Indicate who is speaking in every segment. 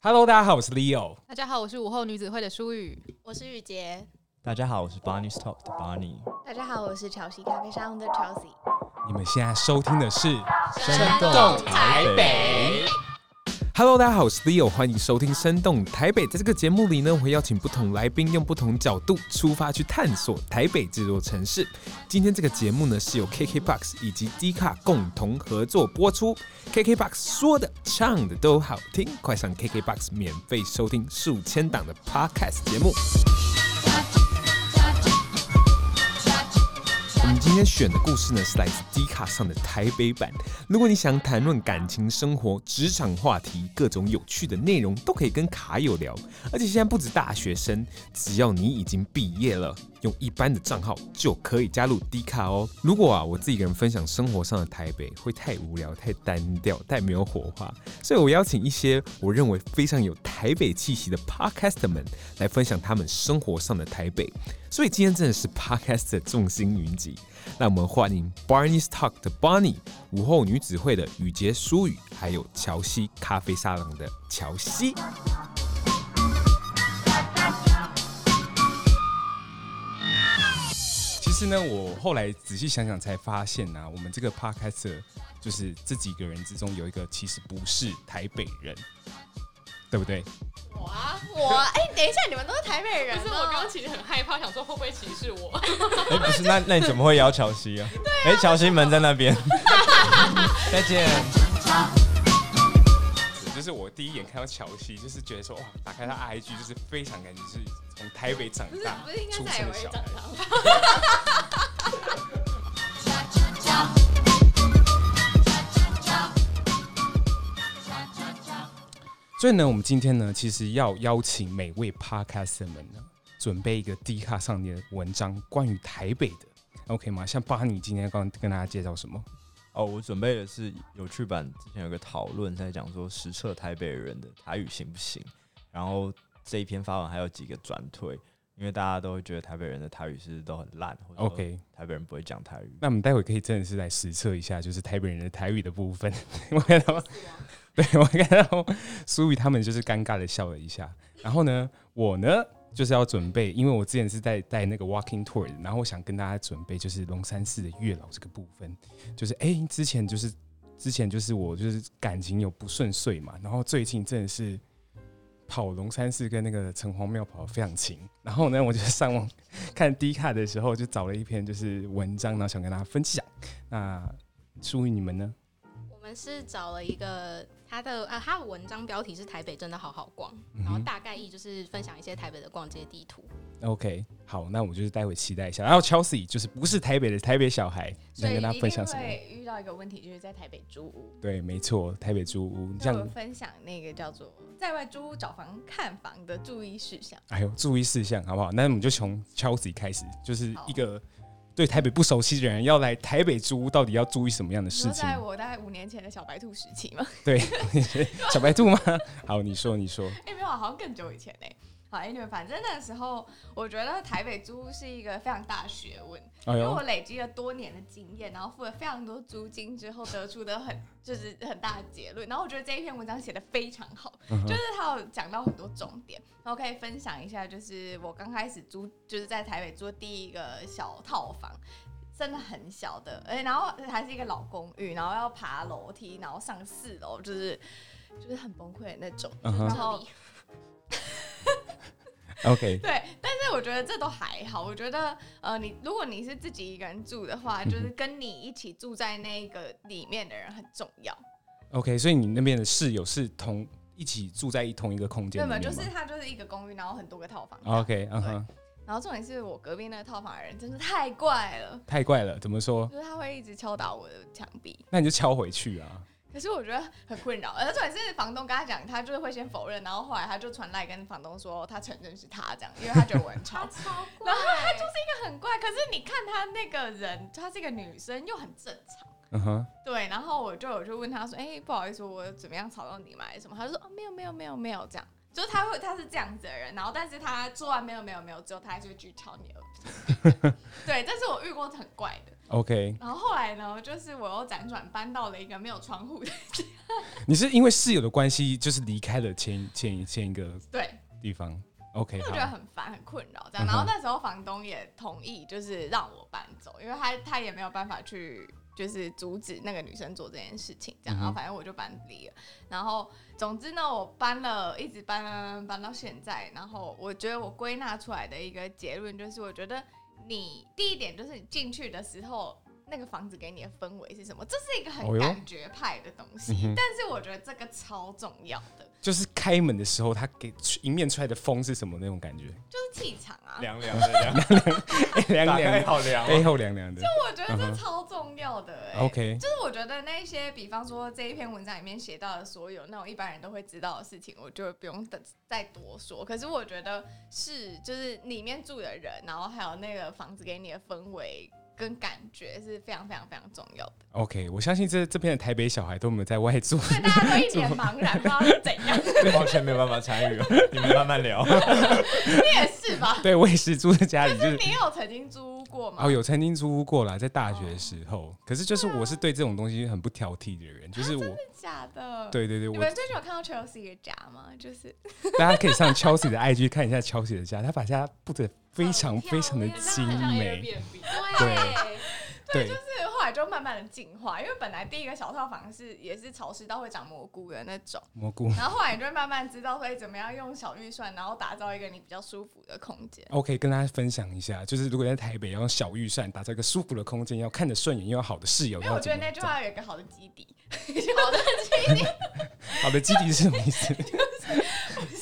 Speaker 1: Hello，大家好，我是 Leo。
Speaker 2: 大家好，我是午后女子会的舒雨。
Speaker 3: 我是雨杰，
Speaker 4: 大家好，我是 Barney Stop 的 Barney。
Speaker 3: 大家好，我是乔西咖啡沙龙的乔西。
Speaker 1: 你们现在收听的是
Speaker 4: 生动台北。
Speaker 1: Hello，大家好，我是 Leo，欢迎收听《生动台北》。在这个节目里呢，我会邀请不同来宾，用不同角度出发去探索台北这座城市。今天这个节目呢，是由 KKBOX 以及 d 卡共同合作播出。KKBOX 说的、唱的都好听，快上 KKBOX 免费收听数千档的 Podcast 节目。我嗯们今天选的故事呢，是来自 D 卡上的台北版。如果你想谈论感情生活、职场话题、各种有趣的内容，都可以跟卡友聊。而且现在不止大学生，只要你已经毕业了，用一般的账号就可以加入 D 卡哦。如果啊，我自己一个人分享生活上的台北，会太无聊、太单调、太没有火花，所以我邀请一些我认为非常有台北气息的 Podcast 们来分享他们生活上的台北。所以今天真的是 Podcast 的众星云集。那我们欢迎 Barney's Talk 的 Barney，午后女子会的雨洁淑雨，还有乔西咖啡沙龙的乔西。其实呢，我后来仔细想想才发现啊，我们这个 podcast 就是这几个人之中有一个其实不是台北人，对不对？
Speaker 3: 我啊，我哎、等一下，你们都是台北人、
Speaker 2: 可
Speaker 3: 哦，
Speaker 2: 是我刚刚其实很害怕，想说会不会歧视我？
Speaker 4: 哎，不是，那那你怎么会邀乔西啊？哎、乔西门在那边。再见。
Speaker 1: 就是我第一眼看到乔西，就是觉得说哇，打开他 IG 就是非常感觉是从台北长大
Speaker 3: 不是应该
Speaker 1: 出
Speaker 3: 在
Speaker 1: 生的
Speaker 3: 台北
Speaker 1: 小
Speaker 3: 长
Speaker 1: 孩。 所以呢，我们今天呢，其实要邀请每位 podcaster 们呢，准备一个 D 卡上面的文章，关于台北的，OK 吗？像巴尼今天刚跟大家介绍什么？
Speaker 4: 哦，我准备的是有趣版，之前有个讨论在讲说实测台北人的台语行不行，然后这一篇发文还有几个转推，因为大家都会觉得台北人的台语是不是都很烂或者说
Speaker 1: OK
Speaker 4: 台北人不会讲台语。
Speaker 1: 那我们待会可以真的是来实测一下，就是台北人的台语的部分。 我看到， 对我看到苏雨他们就是尴尬的笑了一下。然后呢，我呢就是要准备，因为我之前是在带那个 walking tour，的然后我想跟大家准备就是龙山寺的月老这个部分，就是哎、诶之前就是之前就是我就是感情有不顺遂嘛，然后最近真的是。跑龙山寺跟那个城隍庙跑得非常勤，然后呢，我就上网看 D 卡的时候，就找了一篇就是文章，然后想跟大家分享。那属于你们呢？
Speaker 3: 我们是找了一个他的啊，他的文章标题是“台北真的好好逛”，
Speaker 1: 嗯
Speaker 3: 然后大概意就是分享一些台北的逛街地图。
Speaker 1: OK，好，那我就是待会期待一下。然后 Chelsea 就是不是台北的台北小孩，
Speaker 5: 所
Speaker 1: 能
Speaker 5: 以
Speaker 1: 跟大家
Speaker 5: 一定
Speaker 1: 分享什么？
Speaker 5: 会遇到一个问题，就是在台北租屋。
Speaker 1: 对，没错，台北租屋，你
Speaker 5: 那
Speaker 1: 像
Speaker 5: 我们分享那个叫做在外租屋找房看房的注意事项。
Speaker 1: 哎呦，注意事项好不好？那我们就从 Chelsea 开始，就是
Speaker 5: 好
Speaker 1: 一个对台北不熟悉的人要来台北租屋，到底要注意什么样的
Speaker 5: 你
Speaker 1: 事
Speaker 5: 说
Speaker 1: 情？
Speaker 5: 在我大概五年前的小白兔时期嘛，
Speaker 1: 小白兔吗？好，你说，你说，
Speaker 5: 哎、没有啊，好像更久以前哎、好，anyway，反正那时候我觉得台北租屋是一个非常大的学问，
Speaker 1: 哎
Speaker 5: 因为
Speaker 1: 呦
Speaker 5: 我，累积了多年的经验，然后付了非常多租金之后得出的很 就是很大的结论。然后我觉得这一篇文章写的非常好，
Speaker 1: 嗯哼
Speaker 5: 就是他有讲到很多重点，然后可以分享一下，就是我刚开始租，就是在台北租第一个小套房，真的很小的，而且然后还是一个老公寓，然后要爬楼梯，然后上四楼，就是就是很崩溃的那种。
Speaker 1: 嗯
Speaker 3: 哦
Speaker 5: 然
Speaker 1: 哼
Speaker 5: 后
Speaker 1: ，OK，
Speaker 5: 对，但是我觉得这都还好。我觉得，呃，你如果你是自己一个人住的话，就是跟你一起住在那个里面的人很重要。
Speaker 1: OK，所以你那边的室友是同一起住在一同一个空间
Speaker 5: 对
Speaker 1: 里
Speaker 5: 嘛，
Speaker 1: 面吗
Speaker 5: 就是它就是一个公寓，然后很多个套房。
Speaker 1: ？OK，嗯哼，
Speaker 5: 然后重点是我隔壁那个套房的人真的太怪了，
Speaker 1: 太怪了，怎么说？
Speaker 5: 就是他会一直敲打我的墙壁。
Speaker 1: 那你就敲回去啊。
Speaker 5: 可是我觉得很困扰，而且重点是房东跟他讲，他就是会先否认，然后后来他就传来跟房东说他承认是他这样，因为他觉得我很吵
Speaker 3: 他。超贵，
Speaker 5: 然后他就是一个很怪，可是你看他那个人，她是一个女生又很正常。
Speaker 1: 嗯哼，
Speaker 5: 对，然后我就有就问他说：“哎、不好意思，我怎么样吵到你吗？还是什么？”他就说：“哦，没有，没有，没有，没有。”这样，就是他会他是这样子的人，然后但是 他说完没有，没有，没有之后，他还是会继续吵你耳朵。对，这是我遇过很怪的。
Speaker 1: OK，
Speaker 5: 然后后来呢，就是我又辗转搬到了一个没有窗户的，
Speaker 1: 你是因为室友的关系，就是离开了前前前一个
Speaker 5: 对，
Speaker 1: 地方。OK，
Speaker 5: 因为我觉得
Speaker 1: 好，
Speaker 5: 很烦、很困扰这样。
Speaker 1: 嗯哼
Speaker 5: 然后那时候房东也同意，就是让我搬走，因为他他也没有办法去就是阻止那个女生做这件事情，这
Speaker 1: 嗯
Speaker 5: 样。
Speaker 1: 哼
Speaker 5: 然后反正我就搬离了。然后总之呢，我搬了，一直搬搬搬到现在。然后我觉得我归纳出来的一个结论就是，我觉得你第一点就是你进去的时候。那个房子给你的氛围是什么？这是一个
Speaker 1: 哦
Speaker 5: 很
Speaker 1: 哟
Speaker 5: 感觉派的东西，
Speaker 1: 嗯哼
Speaker 5: 但是我觉得这个超重要的，
Speaker 1: 就是开门的时候，他给迎面出来的风是什么那种感 觉？
Speaker 5: 就是气场啊。
Speaker 4: 凉凉的，
Speaker 1: 凉
Speaker 4: 凉打
Speaker 1: 凉
Speaker 4: 开
Speaker 1: 的，
Speaker 4: 好凉哦。
Speaker 1: 背后凉凉的。
Speaker 5: 我觉得
Speaker 1: 嗯
Speaker 5: 这
Speaker 1: 哼
Speaker 5: 超重要的、欸。
Speaker 1: OK，
Speaker 5: 就是我觉得那一些，比方说这一篇文章里面写到的所有那种一般人都会知道的事情，我就不用等再多说。可是我觉得是，就是里面住的人，然后还有那个房子给你的氛围跟感觉是非常非常非常重 要的。
Speaker 1: OK，我相信这这边的台北小孩都没有在外住，
Speaker 5: 所以大家都一脸茫然，不知道是怎样。
Speaker 4: 抱歉，没有办法参与哦，你们慢慢聊。
Speaker 5: 你也是吧？
Speaker 1: 对我也是住在家 里，就
Speaker 5: 就是是你有曾经租过吗？
Speaker 1: 哦，有曾经租屋过啦，在大
Speaker 5: 哦
Speaker 1: 学的时候。可是就是我是对这种东西很不挑剔的人，就是我，
Speaker 5: 假啊的。。
Speaker 1: 对对对，
Speaker 5: 你
Speaker 1: 我
Speaker 5: 们最近有看到 Chelsea 的家吗？就是
Speaker 1: 大家可以上 Chelsea 的 IG 看一下 Chelsea 的家，他把家布的非常
Speaker 3: 好
Speaker 1: 非
Speaker 3: 漂亮
Speaker 1: 常的精
Speaker 2: 很像
Speaker 1: 美，
Speaker 2: Airbnb，
Speaker 1: 对哦对
Speaker 5: 就是后来就慢慢的进化，因为本来第一个小套房是也是潮湿到会长蘑菇的那种，
Speaker 1: 蘑菇。
Speaker 5: 然后后来你就会慢慢知道说哎怎么样用小预算，然后打造一个你比较舒服的空间。
Speaker 1: OK，跟大家分享一下，就是如果在台北要用小预算打造一个舒服的空间，要看着顺眼又要好的室友，
Speaker 5: 因为
Speaker 1: 要
Speaker 5: 我觉
Speaker 1: 怎么
Speaker 5: 得那句
Speaker 1: 找
Speaker 5: 话有一个好的基底，好 的基底就
Speaker 1: 好的基底是什么意 思？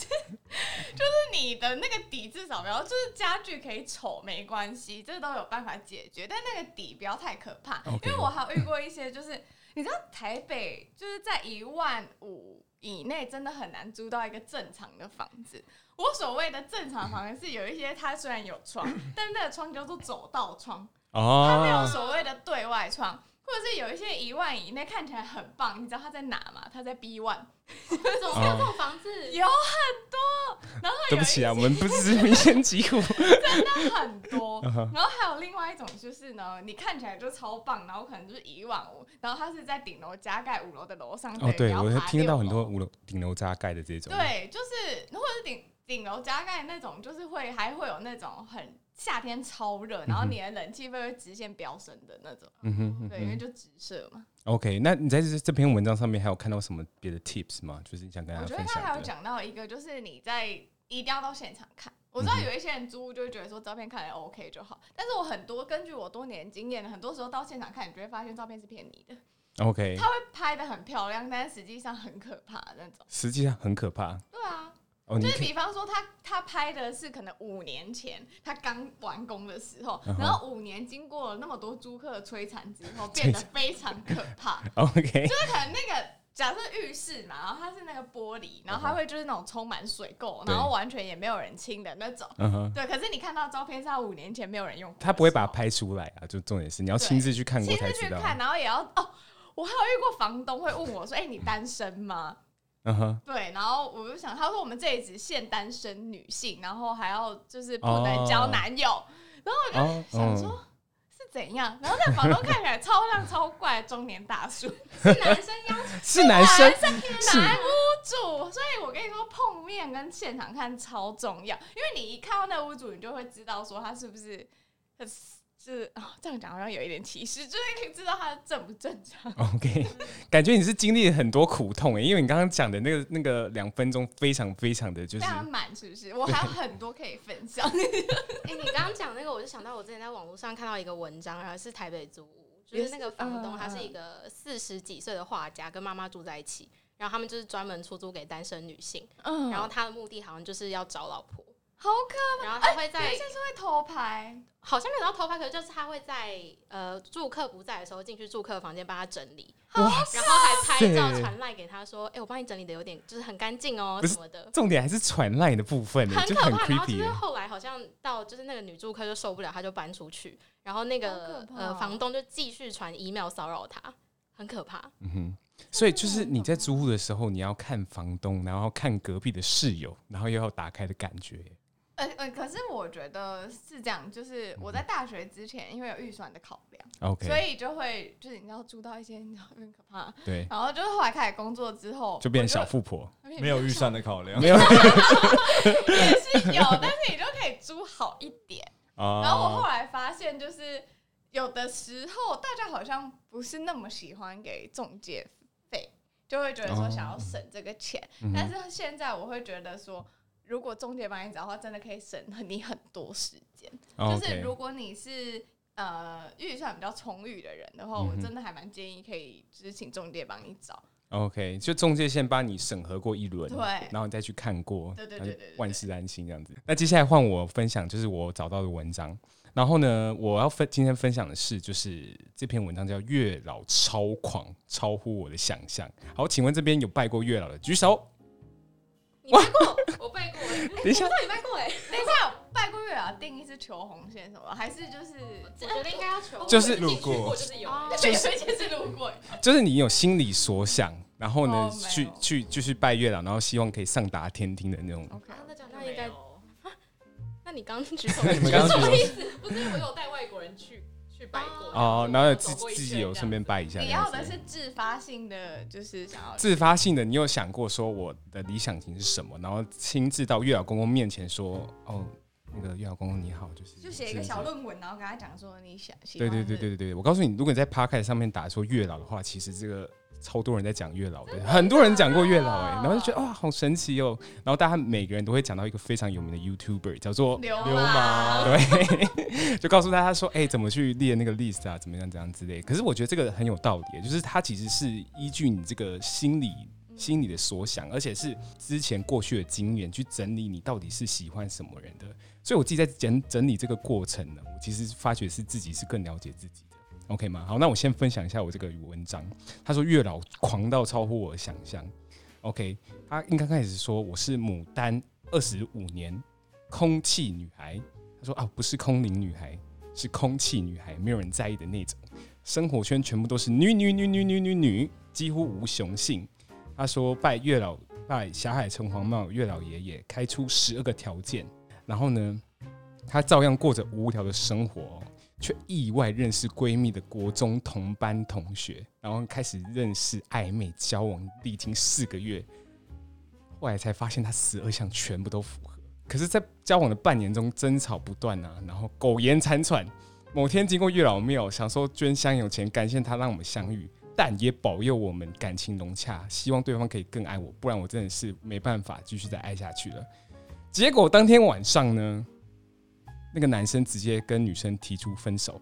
Speaker 5: 是你的那个底至少不要，就是家具可以丑没关系，这都有办法解决，但那个底不要太可怕。
Speaker 1: OK
Speaker 5: 因为我还有遇过一些，就是 你知道台北就是在一万五以内真的很难租到一个正常的房子。我所谓的正常房子是有一些它虽然有窗，但那个窗叫做走道窗，它没有
Speaker 1: 哦，
Speaker 5: 所谓的对外窗，或者是有一些一万以内看起来很棒，你知道它在哪吗？它在 B one，
Speaker 3: 怎么会有这种房子？
Speaker 5: 有很多，然后
Speaker 1: 对不起啊，我们不是民间疾苦。
Speaker 5: 很多
Speaker 1: 嗯哼。
Speaker 5: 然后还有另外一种就是呢，你看起来就超棒，然后可能就是一万五，然后它是在顶楼加盖五楼的楼上，
Speaker 1: 哦，
Speaker 5: 等于
Speaker 1: 对
Speaker 5: 要
Speaker 1: 我
Speaker 5: 爬
Speaker 1: 听到
Speaker 5: 六
Speaker 1: 很多
Speaker 5: 楼。
Speaker 1: 五楼顶楼加盖的这种，
Speaker 5: 对，就是或者是顶顶楼加盖那种，就是会还会有那种很夏天超热，然后你的冷气费会直线飙升的那种。
Speaker 1: 嗯哼，嗯
Speaker 5: 对，因为
Speaker 1: 哼
Speaker 5: 就直射嘛。
Speaker 1: OK，那你在这这篇文章上面还有看到什么别的 tips 吗？就是你想跟大
Speaker 5: 我
Speaker 1: 家
Speaker 5: 觉得
Speaker 1: 啊分
Speaker 5: 他还有
Speaker 1: 享的？
Speaker 5: 讲到一个，就是你在一定要到现场
Speaker 1: 嗯
Speaker 5: 看。我知道有一些人租就会觉得说照片看来 OK 就好，但是我很多根据我多年经验，很多时候到现场看，你就会发现照片是骗你的，
Speaker 1: OK，
Speaker 5: 他会拍的很漂亮，但是实际上很可怕的那种。
Speaker 1: 实际上很可怕
Speaker 5: 对啊，
Speaker 1: 哦。你
Speaker 5: 就是
Speaker 1: 可以
Speaker 5: 比方说他他拍的是可能五年前他刚完工的时候
Speaker 1: 嗯，哼
Speaker 5: 然后五年经过了那么多租客的摧残之后，变得非常可 怕。
Speaker 1: OK，
Speaker 5: 就是可能那个假设浴室嘛，然后它是那个玻璃，然后它会就是那种充满水垢，
Speaker 1: 嗯对
Speaker 5: 然后完全也没有人清的那种。
Speaker 1: 嗯哼，
Speaker 5: 对，可是你看到照片上五年前没有人用过的时候，
Speaker 1: 他不会把它拍出来啊。就重点是你要亲自去看过
Speaker 5: 亲
Speaker 1: 才
Speaker 5: 自去
Speaker 1: 知道。啊
Speaker 5: 看，然后也要哦。我还有遇过房东会问我说：“哎、你单身吗
Speaker 1: 嗯哼，？”
Speaker 5: 对，然后我就想，他说我们这里只限单身女性，然后还要就是不
Speaker 1: 哦
Speaker 5: 能交男友，
Speaker 1: 哦，
Speaker 5: 想说
Speaker 1: 嗯
Speaker 5: 是怎样？然后那房东看起来超像超怪的中年大叔，
Speaker 3: 是男生要
Speaker 1: 是男生，是
Speaker 5: 男屋主，所以我跟你说，碰面跟现场看超重要，因为你一看到那屋主，你就会知道说他是不是是啊、这样讲好像有一点歧视，就是可以知道他正不正常。
Speaker 1: OK，感觉你是经历了很多苦痛诶，欸因为你刚刚讲的那个那个两分钟非常非常的就
Speaker 5: 非
Speaker 1: 是
Speaker 5: 常满是不是？我还有很多可以分享。
Speaker 3: 哎、你刚刚讲那个，我就想到我之前在网络上看到一个文章，然后是台北租屋，就
Speaker 5: 也
Speaker 3: 是
Speaker 5: 是
Speaker 3: 那个房
Speaker 5: 嗯
Speaker 3: 东他是
Speaker 5: 嗯
Speaker 3: 一个四十几岁的画家，跟妈妈住在一起，然后他们就是专门出租给单身女性，
Speaker 5: 嗯
Speaker 3: 然后他的目的好像就是要找老婆，
Speaker 5: 好可
Speaker 3: 然后他会
Speaker 5: 爱，
Speaker 3: 在
Speaker 5: 有一些是会偷拍，
Speaker 3: 好像没有到偷拍，可是就是他会在呃住客不在的时候进去住客房间帮他整理，
Speaker 1: 哇，
Speaker 3: 然后还拍照
Speaker 1: 塞
Speaker 3: 传赖给他说，哎、我帮你整理的有点就是很干净哦
Speaker 1: 不是
Speaker 3: 什么的。
Speaker 1: 重点还是传赖的部分呢，
Speaker 3: 很
Speaker 1: 就
Speaker 3: 可
Speaker 1: 很
Speaker 3: 怕。然后就
Speaker 1: creepy
Speaker 3: 是
Speaker 1: 欸。
Speaker 3: 后来好像到就是那个女住客就受不了，她就搬出去，然后那
Speaker 5: 好
Speaker 3: 个
Speaker 5: 可怕哦
Speaker 3: 呃房东就继续传 email 骚扰她，很可怕。
Speaker 1: 嗯哼，所以就是你在租屋的时候，你要看房东，然后看隔壁的室友，然后又要打开的感觉。
Speaker 5: 呃呃，可是我觉得是这样，就是我在
Speaker 1: 嗯
Speaker 5: 大学之前，因为有预算的考量，所
Speaker 1: ，OK，
Speaker 5: 以就会就是你知道住到一些你知道有点可怕，
Speaker 1: 对，
Speaker 5: 然后就是后来开始工作之后
Speaker 1: 就变
Speaker 5: 我
Speaker 1: 小富婆，
Speaker 4: 没有预算的考量
Speaker 1: 没，有
Speaker 5: 也 是有，但是你就可以租好一点。然后我
Speaker 1: 啊
Speaker 5: 后来发现，就是有的时候大家好像不是那么喜欢给中介费，就会觉得说想要省这个钱。
Speaker 1: 哦嗯
Speaker 5: 但
Speaker 1: 哼
Speaker 5: 是现在我会觉得说，如果中介帮你找的话，真的可以省你很多时间。就是
Speaker 1: ，OK，
Speaker 5: 如果你是呃预算比较充裕的人的话，
Speaker 1: 嗯哼
Speaker 5: 我真的还蛮建议可以就是请中介帮你找。
Speaker 1: OK，就中介先帮你审核过一轮，
Speaker 5: 对
Speaker 1: 然后你再去看过，
Speaker 5: 对对
Speaker 1: 然后
Speaker 5: 对对对
Speaker 1: 万事安心这样子。那接下来换我分享，就是我找到的文章。然后呢，我要分今天分享的是，就是这篇文章叫《月老超狂，超乎我的想象》。好，请问这边有拜过月老的举手。
Speaker 3: 你拜过？我拜过哎、
Speaker 1: 等一下
Speaker 3: 我不知道你拜过哎、
Speaker 5: 等一下，拜过月老定义是求红线什么，还是就是
Speaker 2: 我觉得应该要求
Speaker 1: 就是
Speaker 4: 路
Speaker 2: 就
Speaker 4: 过，
Speaker 2: 是有
Speaker 5: 哦，
Speaker 1: 就是
Speaker 5: 有一些是路过，
Speaker 1: 就是你有心里所想，然后呢，
Speaker 5: 哦没有
Speaker 1: 去去就是拜月老，然后希望可以上达天庭的那种。
Speaker 5: OK，
Speaker 3: 那讲
Speaker 2: 那应该
Speaker 3: 那你刚举手
Speaker 4: 你们刚刚 举手
Speaker 2: 不是我有带外国人去去拜过
Speaker 1: 哦，然后有自
Speaker 2: 走过一
Speaker 1: 自己
Speaker 2: 圈
Speaker 1: 有
Speaker 2: 这样
Speaker 1: 顺便拜一下这
Speaker 5: 你
Speaker 1: 样
Speaker 5: 要
Speaker 1: 子。
Speaker 5: 的是自发性的，就是想要
Speaker 1: 自发性的，你有想过说我的理想型是什么，然后亲自到月老公公面前说，哦，那个月老公公你好，就是
Speaker 5: 就写一个
Speaker 1: 是
Speaker 5: 小论文，然后跟他讲说你想喜
Speaker 1: 对
Speaker 5: 欢
Speaker 1: 对
Speaker 5: 的
Speaker 1: 对对对对，我告诉你，如果你在 p o c a s t 上面打说月老的话，其实这个超多人在讲月老的，
Speaker 5: 啊
Speaker 1: 很多人讲过月老哎、然后就觉得哇、好神奇哦，然后大家每个人都会讲到一个非常有名的 YouTuber 叫做
Speaker 5: 流
Speaker 4: 流氓
Speaker 5: 氓，
Speaker 1: 对， 就告诉大家说，哎、怎么去列那个 list 啊，怎么样怎样之类。可是我觉得这个很有道理，就是它其实是依据你这个心理。心里的所想，而且是之前过去的经验去整理你到底是喜欢什么人的。所以我自己在整整理这个过程呢，我其实发觉是自己是更了解自己的。OK 吗？好，那我先分享一下我这个文章。他说月老狂到超乎我的想象。OK，他应该开始说我是牡丹二十五年空气女孩，他说啊，不是空灵女孩，是空气女孩，没有人在意的那种。生活圈全部都是女女女女女女女，几乎无雄性。他说拜月老，拜霞海城隍庙月老爷爷，开出十二个条件，然后呢，他照样过着无聊的生活哦、却意外认识闺蜜的国中同班同学，然后开始认识暧昧交往，历经四个月，后来才发现他十二项全部都符合。可是，在交往的半年中，争吵不断啊，然后苟延残喘。某天经过月老庙，想说捐香油钱，感谢他让我们相遇，但也保佑我们感情融洽，希望对方可以更爱我，不然我真的是没办法继续再爱下去了。结果当天晚上呢，那个男生直接跟女生提出分手。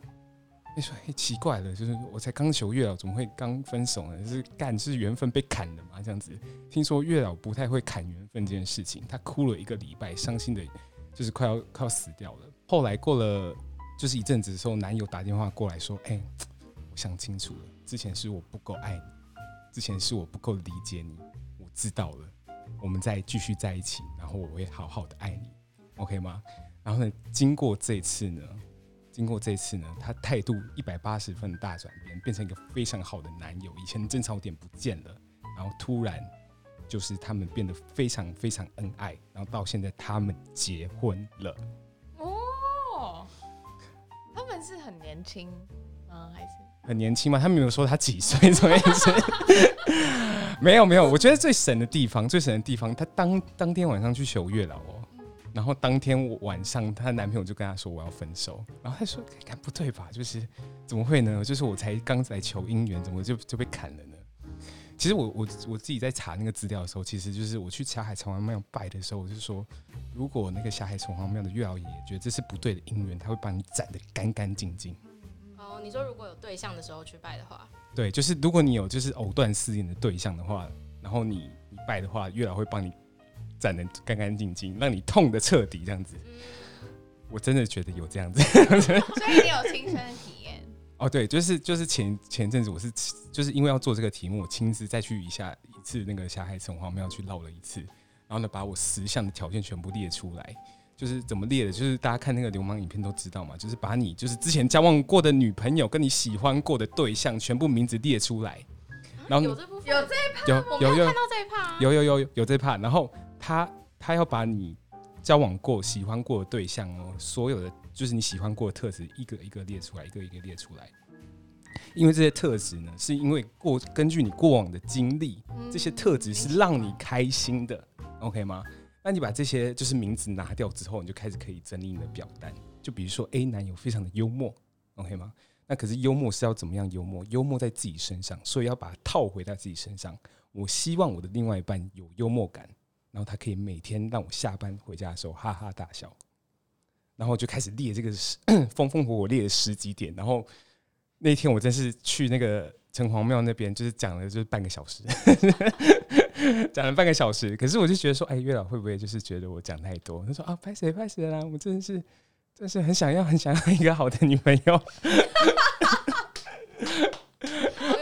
Speaker 1: 你说、嘿奇怪了，就是我才刚求月老，怎么会刚分手呢？是干是缘分被砍的嘛？这样子，听说月老不太会砍缘分这件事情，他哭了一个礼拜，伤心的，就是快要快要死掉了。后来过了就是一阵子的时候，男友打电话过来说：“哎、我想清楚了，之前是我不够爱你，之前是我不够理解你，我知道了，我们再继续在一起，然后我会好好的爱你，OK 吗？”然后呢，经过这次呢，经过这次呢，他态度一百八十分的大转变，变成一个非常好的男友。以前争吵点不见了，然后突然就是他们变得非常非常恩爱，然后到现在他们结婚了。
Speaker 5: 哦，他们是很年轻吗？还是
Speaker 1: 很年轻嘛，他没有说他几岁，什么意思？ 没有没有，我觉得最神的地方，最神的地方，她当当天晚上去求月老哦，然后当天晚上她男朋友就跟她说我要分手，然后她说看不对吧，就是怎么会呢？就是我才刚才求姻缘，怎么就就被砍了呢？其实我我我自己在查那个资料的时候，其实就是我去霞海城隍庙拜的时候，我就说，如果那个霞海城隍庙的月老爷爷觉得这是不对的姻缘，他会把你斩得干干净净。
Speaker 3: 哦，你说如果有对象的时候去拜的话，
Speaker 1: 对，就是如果你有就是藕断丝连的对象的话，然后你你拜的话，月老会帮你斩得干干净净，让你痛得彻底这样子。我真的觉得有这样子
Speaker 5: 所以你有亲身的体验？
Speaker 1: 哦，对，就是就是前前阵子我是就是因为要做这个题目，我亲自再去一下一次那个霞海城隍庙去绕了一次，然后呢把我十项的条件全部列出来，就是怎么列的，就是大家看那个流氓影片都知道嘛，就是把你就是之前交往过的女朋友跟你喜欢过的对象全部名字列出来，然后
Speaker 3: 有
Speaker 1: 你
Speaker 3: 这部分，
Speaker 5: 有这
Speaker 1: 有
Speaker 3: 我没
Speaker 1: 有
Speaker 3: 有
Speaker 1: 有
Speaker 3: 看到这一趴、啊。
Speaker 1: 有有有有这怕，然后他他要把你交往过、喜欢过的对象哦，所有的就是你喜欢过的特质，一个一个列出来，一个一个列出来。因为这些特质呢，是因为过根据你过往的经历，这些特质是让你开心的，OK 吗？那你把这些就是名字拿掉之后，你就开始可以整理你的表单。就比如说 A 男友非常的幽默，OK 吗？那可是幽默是要怎么样幽默？幽默在自己身上，所以要把它套回到自己身上。我希望我的另外一半有幽默感，然后他可以每天让我下班回家的时候哈哈大笑。然后我就开始列这个十 风风火火列了十几点，然后那天我真是去那个城隍庙那边，就是讲了就是半个小时， 讲了半个小时。可是我就觉得说，哎，月老会不会就是觉得我讲太多？他说啊，拍谁拍谁啦，我真的是真是很想要很想要一个好的女朋友。然
Speaker 3: 好有礼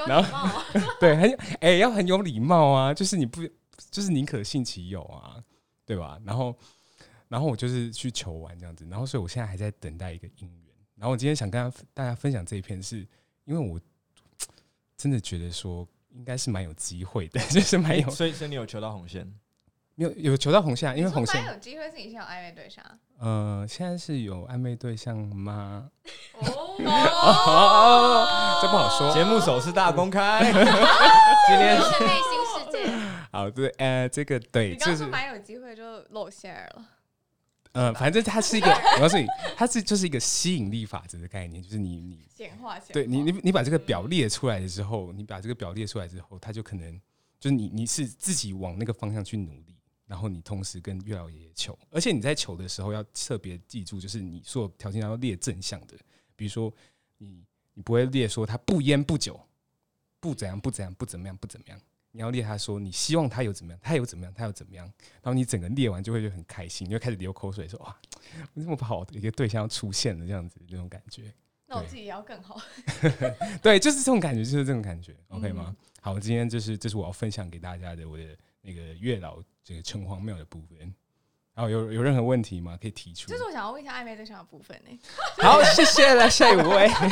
Speaker 3: 貌哦。
Speaker 1: 对，很哎、要很有礼貌啊，就是你不就是宁可信其有啊，对吧？然后然后我就是去求完这样子，然后所以我现在还在等待一个姻缘。然后我今天想跟大家大家分享这一篇是，因为我真的觉得说应该是蛮有机会的， 就是蛮有
Speaker 4: 所以所以你有求到红线，
Speaker 1: 没有有求到红线啊，因为红
Speaker 5: 你说
Speaker 1: 线
Speaker 5: 蛮有机会是你先有暧昧对象啊，
Speaker 1: 呃现在是有暧昧对象吗？
Speaker 5: 哦，
Speaker 1: 这不好说
Speaker 4: 节目首次大公开，今天
Speaker 5: 哦
Speaker 3: 你的内心世界，
Speaker 1: 好，对，呃，这个对，
Speaker 5: 你刚
Speaker 1: 就
Speaker 5: 刚
Speaker 1: 是
Speaker 5: 说蛮有机会就露馅儿了，
Speaker 1: 呃，反正它是一个，我告诉你，它是就是一个吸引力法则的概念，就是你你
Speaker 5: 显化显化。
Speaker 1: 对你，你你把这个表列出来的时候，你把这个表列出来之后，他就可能就是你你是自己往那个方向去努力，然后你同时跟月老爷爷求，而且你在求的时候要特别记住，就是你所有条件要列正向的，比如说你你不会列说他不烟不酒，不怎样不怎样不怎么样不怎么样。你要列他说你希望他有怎么样，他有怎么样，他有怎么样，然后你整个列完就会就很开心，你就开始流口水说哇， 为什么好的一个对象要出现了这样子那种感觉。
Speaker 5: 那我自己也要更好。
Speaker 1: 对，就是这种感觉，就是这种感觉，OK 吗？好，今天就是这、是我要分享给大家的我的那个月老这个城隍庙的部分。然后有有任何问题吗？可以提出
Speaker 5: 就。是我想要问一下暧昧对象的部分呢、
Speaker 1: 好，谢谢了，下一位。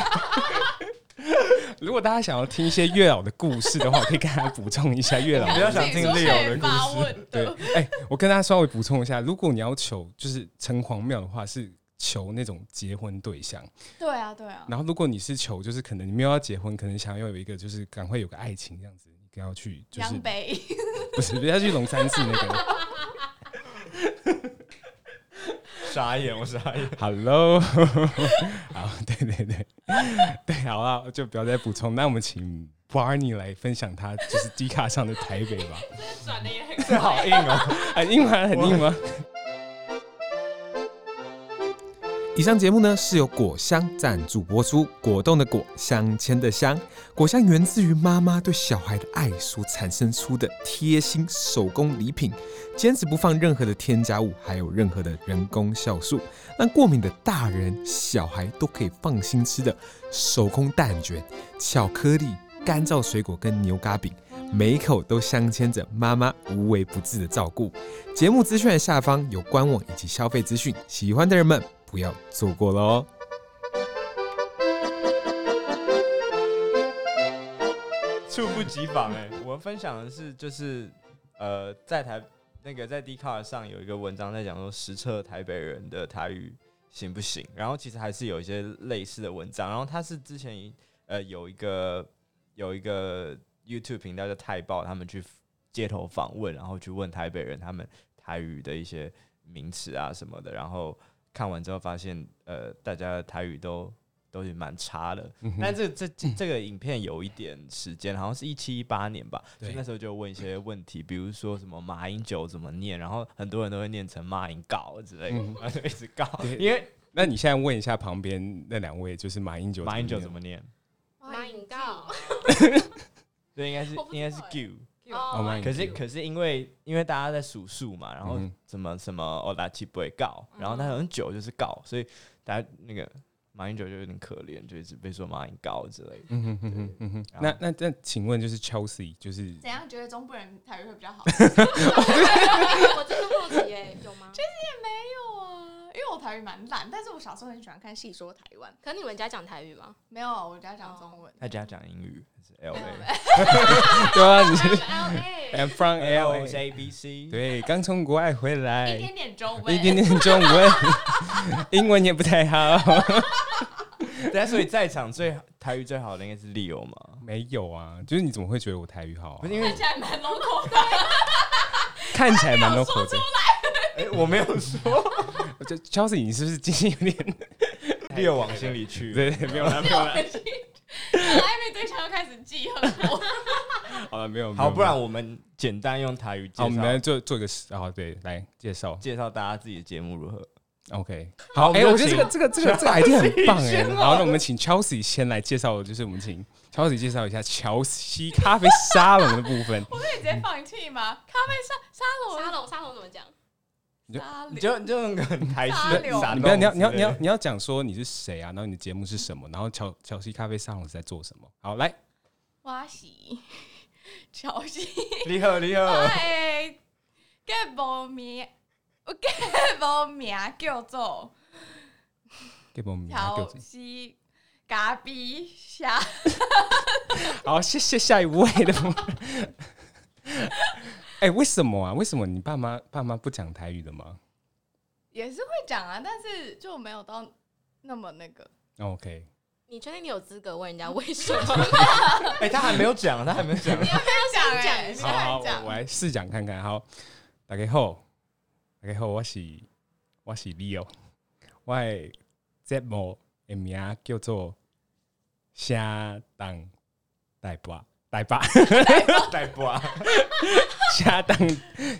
Speaker 1: 如果大家想要听一些月老的故事的话，我可以跟大家补充一下月老
Speaker 4: 我比较想听 Leo 的故
Speaker 5: 发
Speaker 4: 事。
Speaker 5: 问
Speaker 1: 对
Speaker 5: 的，，
Speaker 1: 哎、我跟大家稍微补充一下，如果你要求就是城隍庙的话，是求那种结婚对象。
Speaker 5: 对啊，对啊，
Speaker 1: 然后如果你是求，就是可能你没有要结婚，可能想要有一个就是赶快有个爱情这样子，你不要去就是
Speaker 5: 杨北，
Speaker 1: 不是不要去龙山寺那个。
Speaker 4: 傻眼， 我傻眼。
Speaker 1: Hello，好，对对对对，好啊，就不要再补充。那我们请 Barney 来分享他就是 D 卡上的台北吧。
Speaker 2: 转的也很
Speaker 4: 这好硬哦、
Speaker 1: 很哎硬吗？很硬吗？
Speaker 6: 以上节目呢是由果香赞助播出，果冻的果，香签的香。果香源自于妈妈对小孩的爱所产生出的贴心手工礼品，坚持不放任何的添加物，还有任何的人工酵素，让过敏的大人、小孩都可以放心吃的手工蛋卷、巧克力、干燥水果跟牛轧饼。每一口都镶嵌着妈妈无微不至的照顾。节目资讯的下方有官网以及消费资讯，喜欢的人们不要错过了哦。
Speaker 4: 猝不及防哎、我们分享的是，就是呃，在台那个在 d c a r 上有一个文章在讲说实测台北人的台语行不行，然后其实还是有一些类似的文章，然后他是之前一呃有一个有一个 YouTube 频道叫台报，他们去街头访问，然后去问台北人他们台语的一些名词啊什么的，然后看完之后发现，呃，大家的台语都都是蛮差的，但这这这这个影片有一点时间，好像是一七一八年吧，所
Speaker 1: 对
Speaker 4: 以那时候就问一些问题，比如说什么马英九怎么念，然后很多人都会念成马英告之类的，然后就一直告，
Speaker 1: 对
Speaker 4: 因为
Speaker 1: 那你现在问一下旁边那两位，就是马英九，
Speaker 4: 马英九怎？么念？
Speaker 3: 马引告，
Speaker 4: 所以应该是
Speaker 5: 我不知道
Speaker 4: 应该是
Speaker 5: 欸
Speaker 4: Q，
Speaker 1: 哦，马英
Speaker 4: 可
Speaker 1: 九
Speaker 4: 是可是因为因为大家在数数嘛，然后
Speaker 1: 嗯哼
Speaker 4: 什么什么哦拉七不会告，
Speaker 5: 嗯
Speaker 4: 然后那很久就是告，所以大家那个马英九就有点可怜，就一直被说马英告之类的。
Speaker 1: 嗯哼嗯哼嗯哼。那那那，请问就是 Chelsea，就是
Speaker 5: 怎样觉得中部人台语会比 较好？
Speaker 3: 我真的好奇哎，有吗？
Speaker 5: 没有啊，因为我台语蛮烂，但是我小时候很喜欢看《戏说台湾》，
Speaker 3: 可你们家讲台语吗？
Speaker 5: 啊 没有，我家讲中文。
Speaker 4: 他家讲英语， L A。
Speaker 1: 对啊，你是
Speaker 2: L A，
Speaker 1: I'm from
Speaker 4: L
Speaker 1: L
Speaker 4: H A B C，
Speaker 1: 对，刚从国外回来，
Speaker 5: 一点点中文，
Speaker 1: 一点点中 文，英文也不太好。
Speaker 4: 对，所以在场最台语最好的应该是 Leo 嘛，
Speaker 1: 没有啊，就是你怎么会觉得我台语好
Speaker 4: 不
Speaker 1: 啊
Speaker 4: 是？因为
Speaker 5: 看起来蛮 local 的。
Speaker 1: 看起来蛮 local 的。
Speaker 4: 哎我没有说
Speaker 1: 我就 Chelsea，你是不是今天有点
Speaker 4: Leo 往心里去，
Speaker 1: 对对，没有啦，没有啦，
Speaker 5: 暧昧对象又开始记恨我，
Speaker 1: 好了，没有。没
Speaker 4: 好，
Speaker 1: 有
Speaker 4: 不然我们简单用台语介
Speaker 1: 好，我们来
Speaker 4: 绍
Speaker 1: 做做一个示好，对，来介绍。
Speaker 4: 介绍大家自己的节目如何。
Speaker 1: OK，好，哎，我
Speaker 4: 我们
Speaker 1: 觉
Speaker 4: 就
Speaker 1: 得这个这个这个这个 idea 很棒哎。好，那我们请 Chelsea 先来介绍，就是我们请 Chelsea 介绍一下乔西咖啡沙龙的部 分。
Speaker 5: 我可以直接放弃吗？咖啡沙沙龙
Speaker 3: 沙龙沙龙怎么讲？
Speaker 5: 沙
Speaker 4: 你
Speaker 5: 龙
Speaker 4: 就你就那个很台
Speaker 5: 大
Speaker 4: 式
Speaker 5: 流
Speaker 4: 傻
Speaker 1: 你
Speaker 4: 弄
Speaker 1: 不
Speaker 4: 之
Speaker 1: 要，
Speaker 4: 类的，
Speaker 1: 你要，你要，你要，你要讲说你是谁啊？然后你的节目是什么？然后乔乔西咖啡沙龙是在做什么？好，来，
Speaker 5: 哇西， 乔西，
Speaker 4: 你好，你
Speaker 5: 我
Speaker 4: 好，
Speaker 5: 的 get 无名，我 get 无名叫做
Speaker 1: 给我们名啊给我
Speaker 5: 乔西咖啡沙。
Speaker 1: 好，谢谢下一位的部分。 哎、为什么啊？为什么你爸妈爸妈不讲台语的吗
Speaker 5: 也是会讲啊，但是就没有到那么那个。
Speaker 1: 哦？OK，
Speaker 3: 你确定你有资格问人家为什么？
Speaker 4: 哎，他还没有讲，他还没有讲，
Speaker 5: 讲
Speaker 3: 先讲
Speaker 5: 哎、
Speaker 3: 一
Speaker 5: 你
Speaker 3: 下
Speaker 1: 好好，
Speaker 5: 要
Speaker 1: 我
Speaker 5: 讲
Speaker 1: 我来试讲看看。好，大家好，大家好，我是我是 Leo，我的节目的名叫做《虾当大巴大巴
Speaker 4: 代播啊，
Speaker 1: 虾当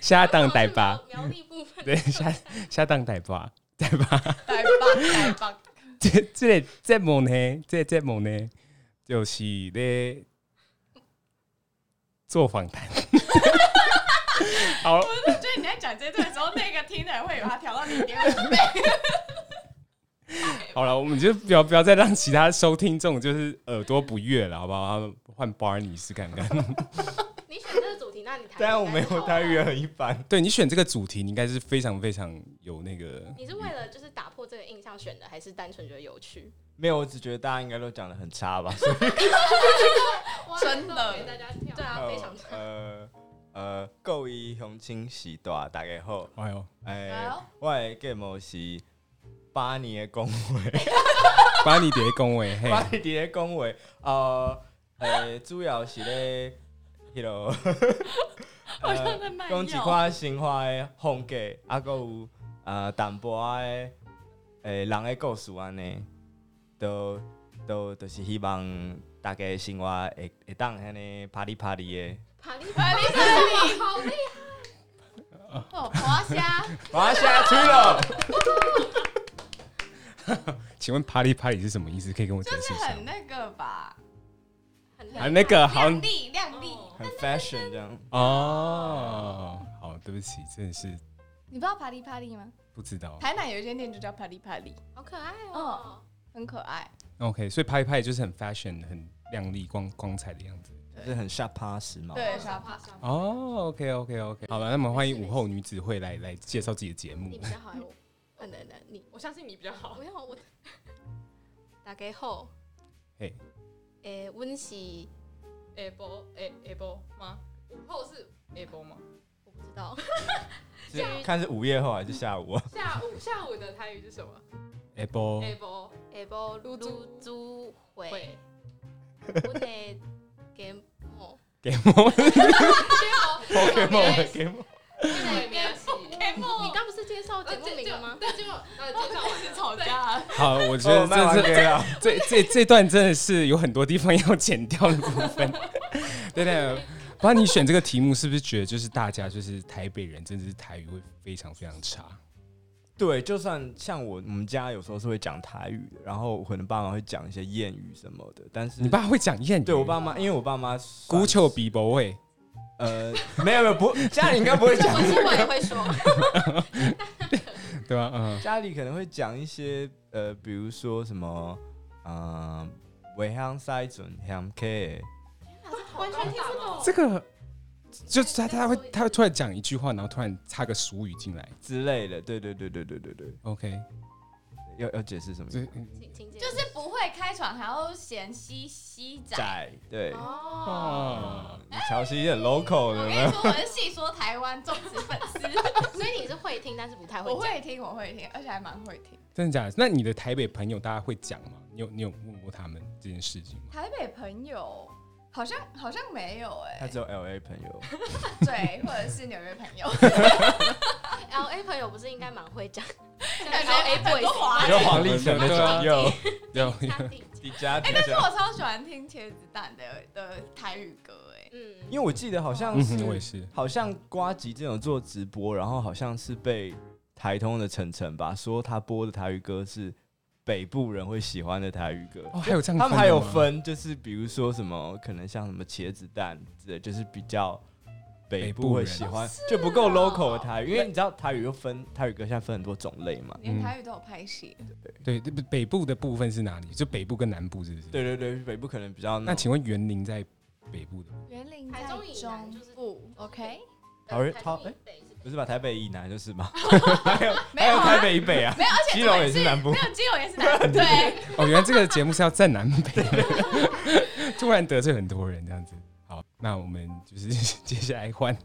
Speaker 1: 虾当大巴，
Speaker 3: 苗栗部分
Speaker 1: 对虾虾当大巴大巴。
Speaker 5: 台北台北，
Speaker 1: 这这个节目呢，这个节目呢，就是咧做访谈。 好，
Speaker 5: 我觉得你在讲这段的时候，那个听的人会以为他调到零点五倍。
Speaker 1: 好了，我们就不要不要再让其他收听众就是耳朵不悦了，好不好？换 Barney 试看看。
Speaker 3: 你选这个主题，那你台语
Speaker 4: 但我没
Speaker 3: 应该是
Speaker 4: 有
Speaker 3: 好
Speaker 4: 台语
Speaker 3: 的。
Speaker 4: 很一般。
Speaker 1: 对你选这个主题，你应该是非常非常有那个。
Speaker 3: 你是为了就是打破这个印象选的，还是单纯觉得有趣？
Speaker 4: 没有，我只觉得大家应该都讲的很差吧。所以
Speaker 5: 真的
Speaker 3: 哇这个给大家跳，对啊，非常
Speaker 4: 呃呃，各位乡亲时代大家好，
Speaker 1: 哎呦，
Speaker 4: 哎
Speaker 5: 好，
Speaker 4: 我的节目是八年的公会。
Speaker 1: 巴尼蝶恭维 嘿
Speaker 4: 我，是伫咧讲话，呃，呃，主要是咧，迄落，
Speaker 5: 我真的蛮
Speaker 4: 讲一
Speaker 5: 有。
Speaker 4: 寡生活的风格，啊，搁有呃淡薄仔的，诶，呃人的故事安尼，都都就是希望大家的生活会会当安尼啪里啪里的。
Speaker 3: 爬力
Speaker 5: 哎你
Speaker 3: 爬力，好厉害！
Speaker 5: 哦，花虾，
Speaker 4: 我要下去了，
Speaker 1: 请问 Party Party 是什么意思？可以跟我解
Speaker 5: 就是
Speaker 1: 释一下
Speaker 5: 很
Speaker 1: 吗？
Speaker 5: 那个吧，
Speaker 3: 很
Speaker 1: 啊，那个好
Speaker 5: 亮丽亮丽。
Speaker 3: 哦
Speaker 4: 很 fashion 这样。
Speaker 1: 哦，好，对不起，真的是
Speaker 5: 你不知道啪哩啪哩吗？
Speaker 1: 不知道。
Speaker 5: 台南有一间店就叫啪哩啪哩，
Speaker 3: 好可爱哦。
Speaker 5: 很可爱。
Speaker 1: OK，所以拍一拍就是很 fashion、很亮丽、光光彩的样子。
Speaker 4: 就是很下趴时髦，
Speaker 3: 沙
Speaker 5: 对，沙发
Speaker 3: 发沙发，
Speaker 1: 哦，OK OK OK，好了，那么欢迎午后女子会来来介绍自己的节目
Speaker 3: 你。比较好，我可能的你
Speaker 2: 我相信你比较 好。
Speaker 3: 没有我。大家好，
Speaker 1: 嘿，
Speaker 3: 诶，阮是
Speaker 2: A 波 A A 波吗？午后是 A 波吗？
Speaker 3: 我不知道，
Speaker 4: 是看是午夜后还是下午啊？
Speaker 2: 下午下午的台语是什么
Speaker 1: Apple
Speaker 2: ？A 波
Speaker 3: 诶，波
Speaker 2: 露
Speaker 3: 露
Speaker 2: 珠
Speaker 3: 珠
Speaker 2: 会
Speaker 3: 会，阮的 game 哦，
Speaker 4: Pokemon 的 Game
Speaker 3: 阮的 game
Speaker 2: 面
Speaker 3: 是。
Speaker 5: 哎，
Speaker 3: 你
Speaker 5: 梦
Speaker 3: 刚不是介绍节目名了吗？
Speaker 2: 对，结果呃介绍完了
Speaker 5: 吵架了，
Speaker 1: 好，我觉得
Speaker 4: 哦卖完
Speaker 1: 这
Speaker 4: 给了，
Speaker 1: 这这这这段真的是有很多地方要剪掉的部分。 对对，不然你选这个题目是不是觉得就是大家就是台北人，真的是台语会非常非常差？
Speaker 4: 对，就算像我我们家有时候是会讲台语的，然后我可能爸妈会讲一些谚语什么的，但是
Speaker 1: 你爸会讲谚语？
Speaker 4: 对我爸妈，因为我爸妈
Speaker 1: 孤丘比伯会，
Speaker 4: 呃没有没有不家里应该不会讲，
Speaker 3: 其实我也会说，
Speaker 1: 对吧？嗯，
Speaker 4: 家里可能会讲一些呃，比如说什么呃，尾香塞准香 K，
Speaker 3: 完全听不懂。
Speaker 1: 这个就是他他会他会突然讲一句话，然后突然插个俗语进来。
Speaker 4: 之类的，对对对对对对对，
Speaker 1: OK，
Speaker 4: 要要解释什么意
Speaker 1: 这
Speaker 4: 思？
Speaker 3: 请请解
Speaker 5: 就
Speaker 3: 释
Speaker 5: 是不会开开船还要嫌西西仔。
Speaker 4: 窄，对，
Speaker 3: 哦
Speaker 1: 哦，
Speaker 4: 你乔西很 local
Speaker 5: 我
Speaker 4: 的
Speaker 5: 跟
Speaker 4: 呢
Speaker 5: 你。说，我是细说台湾忠实粉 丝，
Speaker 3: 所以你是会听，但是不太会
Speaker 5: 我
Speaker 3: 讲。
Speaker 5: 会听，我会听，而且还蛮会听。
Speaker 1: 真的假的？那你的台北朋友大家会讲吗？你有你有问过他们这件事情吗？
Speaker 5: 台北朋友好像好像没有哎、
Speaker 4: 他只有 L A 朋友，
Speaker 5: 对，或者是纽约朋 友，
Speaker 3: L A 朋友不是应该蛮会 讲
Speaker 5: 感觉
Speaker 3: ，L A
Speaker 5: 很多
Speaker 3: boys
Speaker 5: 华
Speaker 4: 有黄立成那
Speaker 1: 对啊
Speaker 4: 种，有
Speaker 1: 有
Speaker 3: 他听
Speaker 4: 迪迦迪
Speaker 5: 哎、但是
Speaker 4: 迦，
Speaker 5: 我超喜欢听茄子蛋的的台语歌哎、
Speaker 3: 嗯，
Speaker 4: 因为我记得好像
Speaker 1: 嗯哼，我也
Speaker 4: 是，
Speaker 1: 是。
Speaker 4: 好像瓜吉这种做直播，然后好像是被台通的晨晨吧说他播的台语歌是北部人会喜欢的台语歌，
Speaker 1: 哦，还有这样，
Speaker 4: 他们还有，分，就是比如说什么，可能像什么茄子蛋之类，就是比较北部会喜欢，就不够 local 的台语，因为你知道台语又分台语歌现在分很多种类嘛。
Speaker 5: 连台语都有拍戏，
Speaker 1: 对，这北部的部分是哪里？就北部跟南部是不是？。
Speaker 4: 对对对，北部可能比较
Speaker 1: 那
Speaker 4: 那
Speaker 1: 请问园林在北部的吗？
Speaker 5: 园林
Speaker 3: 台
Speaker 5: 在
Speaker 3: 中以南就是
Speaker 5: 部，OK？
Speaker 4: 桃园
Speaker 3: 台
Speaker 4: 桃
Speaker 3: 中
Speaker 4: 哎
Speaker 3: 以北是
Speaker 4: 不是吧？台北以南就是嘛，还有还有台北以北啊，
Speaker 5: 没有，而且
Speaker 4: 基隆
Speaker 5: 重点
Speaker 4: 也是南部
Speaker 5: 没有基隆也是南部， 对，
Speaker 1: 哦，原来这个节目是要站南北， 突然得罪很多人这样子。好，那我们就是 接下来换，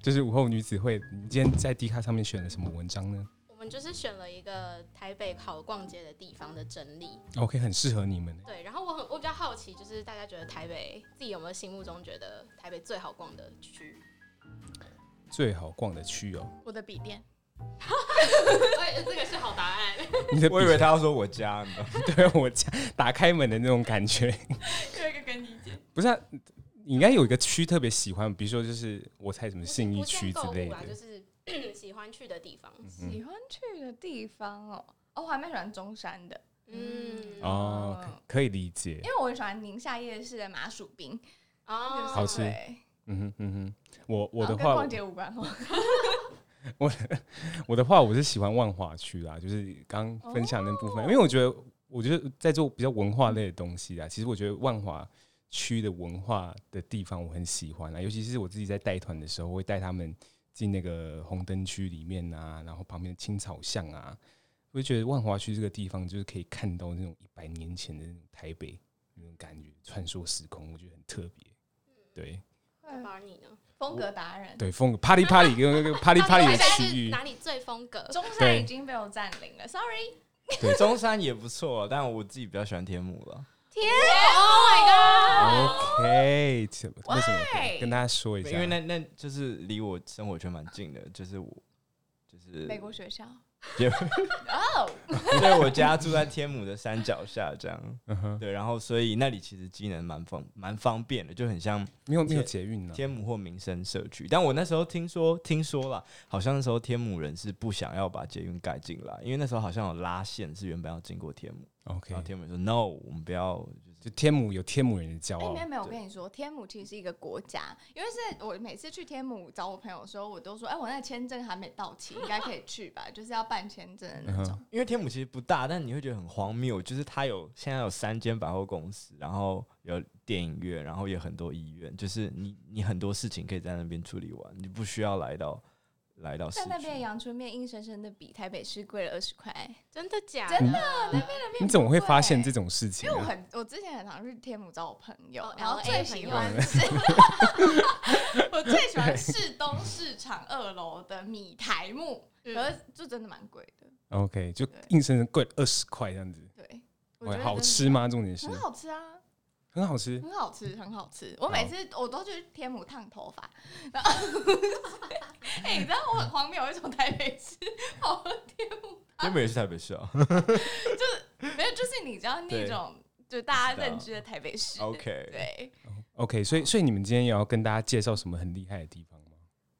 Speaker 1: 就是午后女子会，你今天在 D 卡上面选了什么文章呢
Speaker 3: 我们就是选了一个台北好逛街的地方的整理，
Speaker 1: ？OK，很哦适合你们。
Speaker 3: 对。然后我很我比较好奇，就是大家觉得台北自己有没有心目中觉得台北最好逛的区？
Speaker 1: 最好逛的区哦，
Speaker 5: 我的笔 电，
Speaker 2: 哎，这个是好答案。
Speaker 1: 你的
Speaker 4: 我以为他要说我家呢，
Speaker 1: 对我家打开门的那种感 觉，
Speaker 5: 有一个跟你姐，
Speaker 1: 不是、啊？你应该有一个区特别喜欢，比如说就是我猜什么信义
Speaker 3: 不限
Speaker 1: 区之
Speaker 3: 购
Speaker 1: 类
Speaker 3: 物啊啦，就
Speaker 1: 的。嗯
Speaker 3: 是 喜欢去的地方。
Speaker 5: 喜欢去的地方哦，哦，我还蛮喜欢中山的，
Speaker 3: 嗯，
Speaker 1: 哦，可可以理解
Speaker 5: 因。为我很喜欢宁夏夜市的麻薯冰，
Speaker 3: 哦，
Speaker 1: 好吃
Speaker 5: 对
Speaker 1: 嗯哼嗯哼，我我的
Speaker 5: 然后跟
Speaker 1: 话
Speaker 5: 逛，街无关 哦，
Speaker 1: 我的话，我是喜欢万华区啦，就是刚分享那部分，因为我觉得，我觉得在做比较文化类的东西啊，其实我觉得万华区的文化的地方我很喜欢啊，尤其是我自己在带团的时候，会带他们进那个红灯区里面啊，然后旁边的青草巷啊，我就觉得万华区这个地方就是可以看到那种一百年前的那种台北那种感觉，穿梭时空，我觉得很特别。对
Speaker 3: 反而你呢？
Speaker 5: 风格达人。
Speaker 1: 对，风格啪里啪里跟那个啪里啪里
Speaker 3: 台
Speaker 1: 的
Speaker 3: 北
Speaker 1: 区
Speaker 3: 是
Speaker 1: 域，
Speaker 3: 哪里最风格？
Speaker 5: 中山已经被我占领了，sorry。
Speaker 4: 对， 中山也不错，但我自己比较喜欢天母了。
Speaker 5: 天，Oh my god！
Speaker 1: OK，怎么为什么
Speaker 5: Why？
Speaker 1: 跟大家说一下？
Speaker 4: 因为那那就是离我生活圈蛮近的，就是我 就是
Speaker 5: 美国学校
Speaker 4: 也
Speaker 5: 哦，
Speaker 4: 对我家住在天母的山脚下这样，
Speaker 1: 嗯哼，
Speaker 4: 对，然后所以那里其实机能蛮方蛮方便的，就很像
Speaker 1: 没有没有捷运呢，
Speaker 4: 天母或民生社区。但我那时候听说听说啦，好像那时候天母人是不想要把捷运盖进来，因为那时候好像有拉线是原本要经过天母，
Speaker 1: OK，
Speaker 4: 然后天母人说 no，我们不要，
Speaker 1: 就天母有天母人的骄
Speaker 5: 哎，没有
Speaker 1: 傲，
Speaker 5: 没有，我
Speaker 4: 对
Speaker 5: 跟你说，天母其实是一个国家，因为是我每次去天母找我朋友的时候，我都说，哎，我那个签证还没到期，应该可以去吧，就是要办签证的
Speaker 1: 嗯
Speaker 5: 那种。
Speaker 4: 因为天母其实不大，但你会觉得很荒谬，就是它有现在有三间百货公司，然后有电影院，然后有很多医院，就是你你很多事情可以在那边处理完，你不需要来到来到市
Speaker 5: 但那边的
Speaker 4: 区。
Speaker 5: 阳春面硬生生的比台北市贵了二十块，
Speaker 3: 真的假
Speaker 5: 真
Speaker 3: 的？
Speaker 1: 嗯你怎么会发
Speaker 5: 欸
Speaker 1: 现这种事情
Speaker 5: 因为我
Speaker 1: 啊？
Speaker 5: 很，我之前很常去天母找我朋友
Speaker 3: 哦，
Speaker 5: 然后
Speaker 3: LA
Speaker 5: 最喜
Speaker 3: 朋友
Speaker 5: 欢 是，我最喜欢市东市场二楼的米台木，
Speaker 3: 嗯
Speaker 5: 可是就真的蛮贵的，
Speaker 1: OK，就
Speaker 5: 对
Speaker 1: 硬生生贵二十块这样子，
Speaker 5: 对，我觉
Speaker 1: 喂
Speaker 5: 得
Speaker 1: 好
Speaker 5: 真的
Speaker 1: 吃吗？重点是
Speaker 5: 很好吃啊，
Speaker 1: 很好吃，
Speaker 5: 很好吃，很好吃。我每次我都去天母烫头发，然后， 哎、你知道我很荒谬，我会从台北市跑到天母，
Speaker 4: 天母也是台北市 啊。
Speaker 5: 没有，就是你知道那
Speaker 4: 对
Speaker 5: 种就大
Speaker 4: 知
Speaker 5: 家
Speaker 4: 道
Speaker 5: 认知的台北市。
Speaker 4: OK，
Speaker 5: 对，
Speaker 1: OK，所以
Speaker 5: 嗯
Speaker 1: 所以你们今天也要跟大家介绍什么很厉害的地方吗？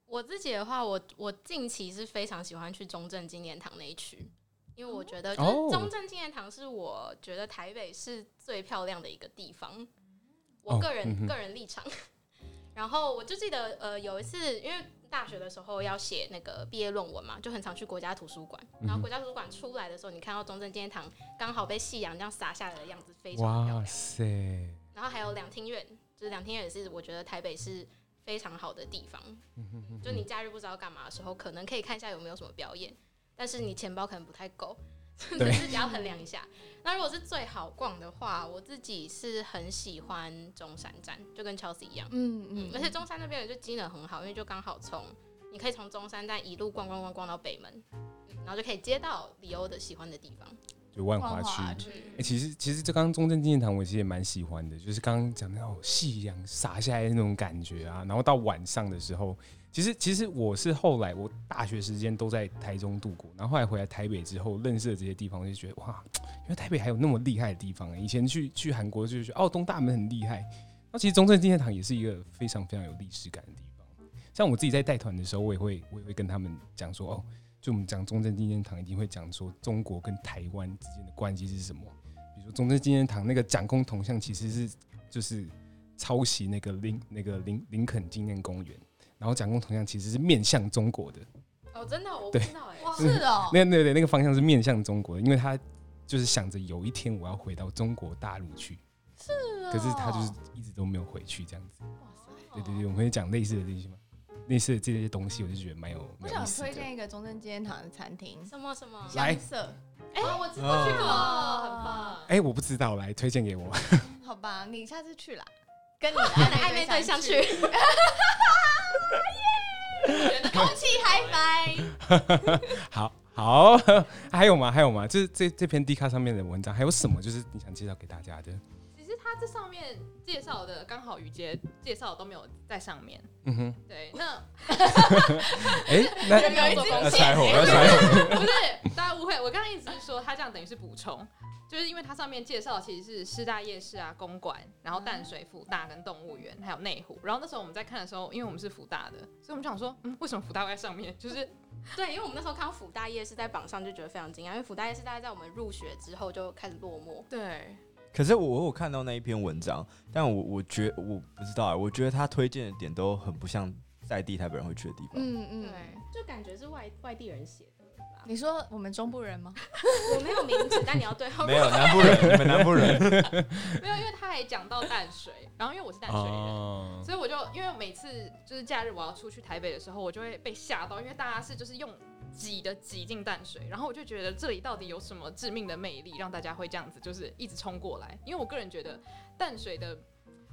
Speaker 3: 我自己的话，我我近期是非常喜欢去中正纪念堂那一区，因为我觉得就是
Speaker 1: 哦
Speaker 3: 中正纪念堂是我觉得台北是最漂亮的一个地方，我
Speaker 1: 哦
Speaker 3: 个人、
Speaker 1: 嗯哼
Speaker 3: 个人立场。 然后我就记得呃有一次，因为大学的时候要写那个毕业论文嘛，就很常去国家图书馆。
Speaker 1: 嗯
Speaker 3: 然后国家图书馆出来的时候，你看到中正纪念堂刚好被夕阳这样洒下来的样子，非常漂
Speaker 1: 哇
Speaker 3: 亮。
Speaker 1: 塞，
Speaker 3: 然后还有两厅院，就是两厅院也是我觉得台北是非常好的地方。就你假日不知道干嘛的时候，可能可以看一下有没有什么表演，但是你钱包可能不太够， 真
Speaker 1: 对
Speaker 3: 的自己要衡量一下。那如果是最好逛的话，我自己是很喜欢中山站，就跟 Chelsea 一样，
Speaker 5: 嗯
Speaker 3: 嗯，而且中山那边也就机能很好，因为就刚好从你可以从中山站一路逛逛逛逛到北门，嗯然后就可以接到里欧的喜欢的地方。
Speaker 1: 就万华
Speaker 5: 万
Speaker 1: 区。
Speaker 5: 华
Speaker 1: 哎、
Speaker 5: 区
Speaker 3: 嗯
Speaker 1: 其实其实这刚刚中正纪念堂，我其实也蛮喜欢的，就是刚刚讲的那种夕阳洒下来的那种感觉啊。然后到晚上的时候，其实其实我是后来我大学时间都在台中度过，然后后来回来台北之后，认识了这些地方，我就觉得哇，原来台北还有那么厉害的地方、啊以前去去韩国就觉得哦，东大门很厉害，那其实中正纪念堂也是一个非常非常有历史感的地方。像我自己在带团的时候，我也会我也会跟他们讲说哦。就我们讲中正纪念堂，一定会讲说中国跟台湾之间的关系是什么。比如说中正纪念堂那个蒋公铜像，其实是就是抄袭那个林那个林林肯纪念公园，然后蒋公铜像其实是面向中国的，
Speaker 3: 哦，真的、我
Speaker 1: 不
Speaker 3: 不
Speaker 1: 知
Speaker 3: 知
Speaker 2: 欸
Speaker 3: 道哎、
Speaker 5: 哇是哦，
Speaker 1: 那那对那个方向是面向中国的，因为他就是想着有一天我要回到中国大陆去，
Speaker 5: 哦
Speaker 1: 可是他就是一直都没有回去这样子。
Speaker 5: 哇塞
Speaker 1: 对对对，我们会讲类似的东西吗？类似的这些东西，我就觉得蛮有
Speaker 5: 我
Speaker 1: 蛮有
Speaker 5: 想
Speaker 1: 意思
Speaker 5: 推
Speaker 1: 的。
Speaker 5: 荐一个中正纪念堂的餐厅，
Speaker 3: 什么什么？
Speaker 1: 来
Speaker 5: 香色。
Speaker 3: 哎、我知道
Speaker 4: 哦
Speaker 3: 去过，很棒。
Speaker 1: 哎，我不知道，来推荐给我。
Speaker 5: 好吧，你下次 去啦，跟你的
Speaker 3: 暧
Speaker 5: 暧
Speaker 3: 昧
Speaker 5: 昧
Speaker 3: 对
Speaker 5: 对
Speaker 3: 象
Speaker 5: 象
Speaker 3: 去
Speaker 5: 去， 空气嗨翻。
Speaker 1: 好好，还有吗？还有吗？就是这这篇 D 卡上面的文章，还有什么就是你想介绍给大家的？
Speaker 2: 其实他这上面介绍的，刚好雨杰介绍的都没有在上面。
Speaker 1: 嗯哼，
Speaker 2: 对，那
Speaker 1: 哎、那
Speaker 2: 这个有一只
Speaker 1: 要甩火，要甩火。
Speaker 2: 不是大家误会，我刚刚意思是说，他这样等于是补充，就是因为它上面介绍其实是师大夜市啊、公馆，然后淡水、福大跟动物园，还有内湖。然后那时候我们在看的时候，因为我们是福大的，所以我们想说，嗯，为什么福大会在上面？就是
Speaker 3: 对，因为我们那时候看到福大夜市在榜上，就觉得非常惊讶，因为福大夜市大概在我们入学之后就开始落寞。
Speaker 2: 对，
Speaker 4: 可是我我有看到那一篇文章，但我我觉我不知道哎、我觉得他推荐的点都很不像在地台北人会去的地方。
Speaker 5: 嗯嗯
Speaker 2: 对，
Speaker 3: 就感觉是外外地人写的吧。
Speaker 5: 你说我们中部人吗？
Speaker 3: 我没有名字，但你要对号
Speaker 4: 没有南部人，你们南部人
Speaker 2: 没有，因为他还讲到淡水，然后因为我是淡水人，
Speaker 4: 嗯
Speaker 1: 哦，
Speaker 2: 所以我就因为每次就是假日我要出去台北的时候，我就会被吓到，因为大家是就是用挤的挤进淡水，然后我就觉得这里到底有什么致命的魅力，让大家会这样子就是一直冲过来？因为我个人觉得淡水的。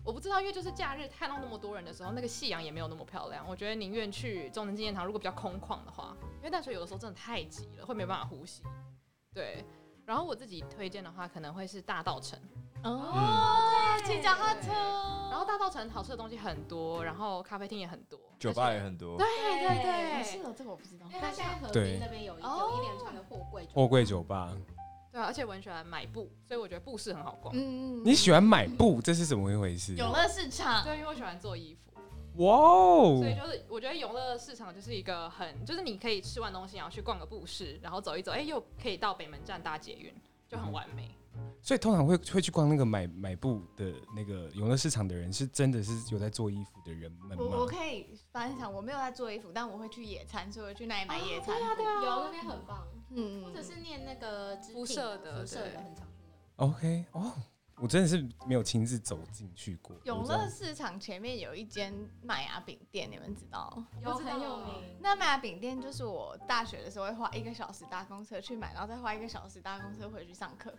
Speaker 2: 我不知道，因为就是假日看到那么多人的时候，那个夕阳也没有那么漂亮。我觉得宁愿去中正纪念堂，如果比较空旷的话，因为淡水有的时候真的太挤了，会没办法呼吸。对，然后我自己推荐的话，可能会是大道城。
Speaker 1: 嗯
Speaker 5: 哦，骑脚踏车，
Speaker 2: 然后大道城好吃的东西很多，然后咖啡厅也很多，
Speaker 4: 酒吧也很多。
Speaker 2: 对对
Speaker 5: 哦
Speaker 2: 对
Speaker 5: 是，哦，这个我不知道
Speaker 3: 因。为他现在河
Speaker 1: 对
Speaker 3: 滨那边有一
Speaker 5: 哦
Speaker 3: 有一连串的货柜，
Speaker 1: 货柜酒吧，
Speaker 2: 对啊，而且我很喜欢买布，所以我觉得布市很好逛。
Speaker 5: 嗯
Speaker 1: 你喜欢买布，这是怎么一回事？
Speaker 5: 永乐市场，
Speaker 2: 对，因为我喜欢做衣服，
Speaker 1: 哇哦
Speaker 2: 所以就是我觉得永乐市场就是一个很，就是你可以吃完东西，然后去逛个布市，然后走一走，哎、又可以到北门站搭捷运，就很完美。
Speaker 1: 所以通常会会去逛那个买买布的那个永乐市场的人，是真的是有在做衣服的人们
Speaker 5: 我
Speaker 1: 吗？
Speaker 5: 我可以分享，我没有在做衣服，但我会去野餐，所以我去那里买野餐。
Speaker 3: 对啊对啊，有那边很棒，
Speaker 5: 嗯，
Speaker 3: 或者是念那个织
Speaker 2: 辐
Speaker 3: 品
Speaker 2: 射的
Speaker 3: 辐射
Speaker 2: 对
Speaker 3: 的很常去那边
Speaker 1: OK，哦，我真的是没有亲自走进去过。
Speaker 5: 永
Speaker 1: 我真
Speaker 5: 乐
Speaker 1: 的
Speaker 5: 市场前面有一间麦芽饼店，你们知道吗？
Speaker 3: 有
Speaker 2: 我知道
Speaker 3: 很有名。
Speaker 5: 那麦芽饼店就是我大学的时候会花一个小时搭公车去买，然后再花一个小时搭公车回去上课。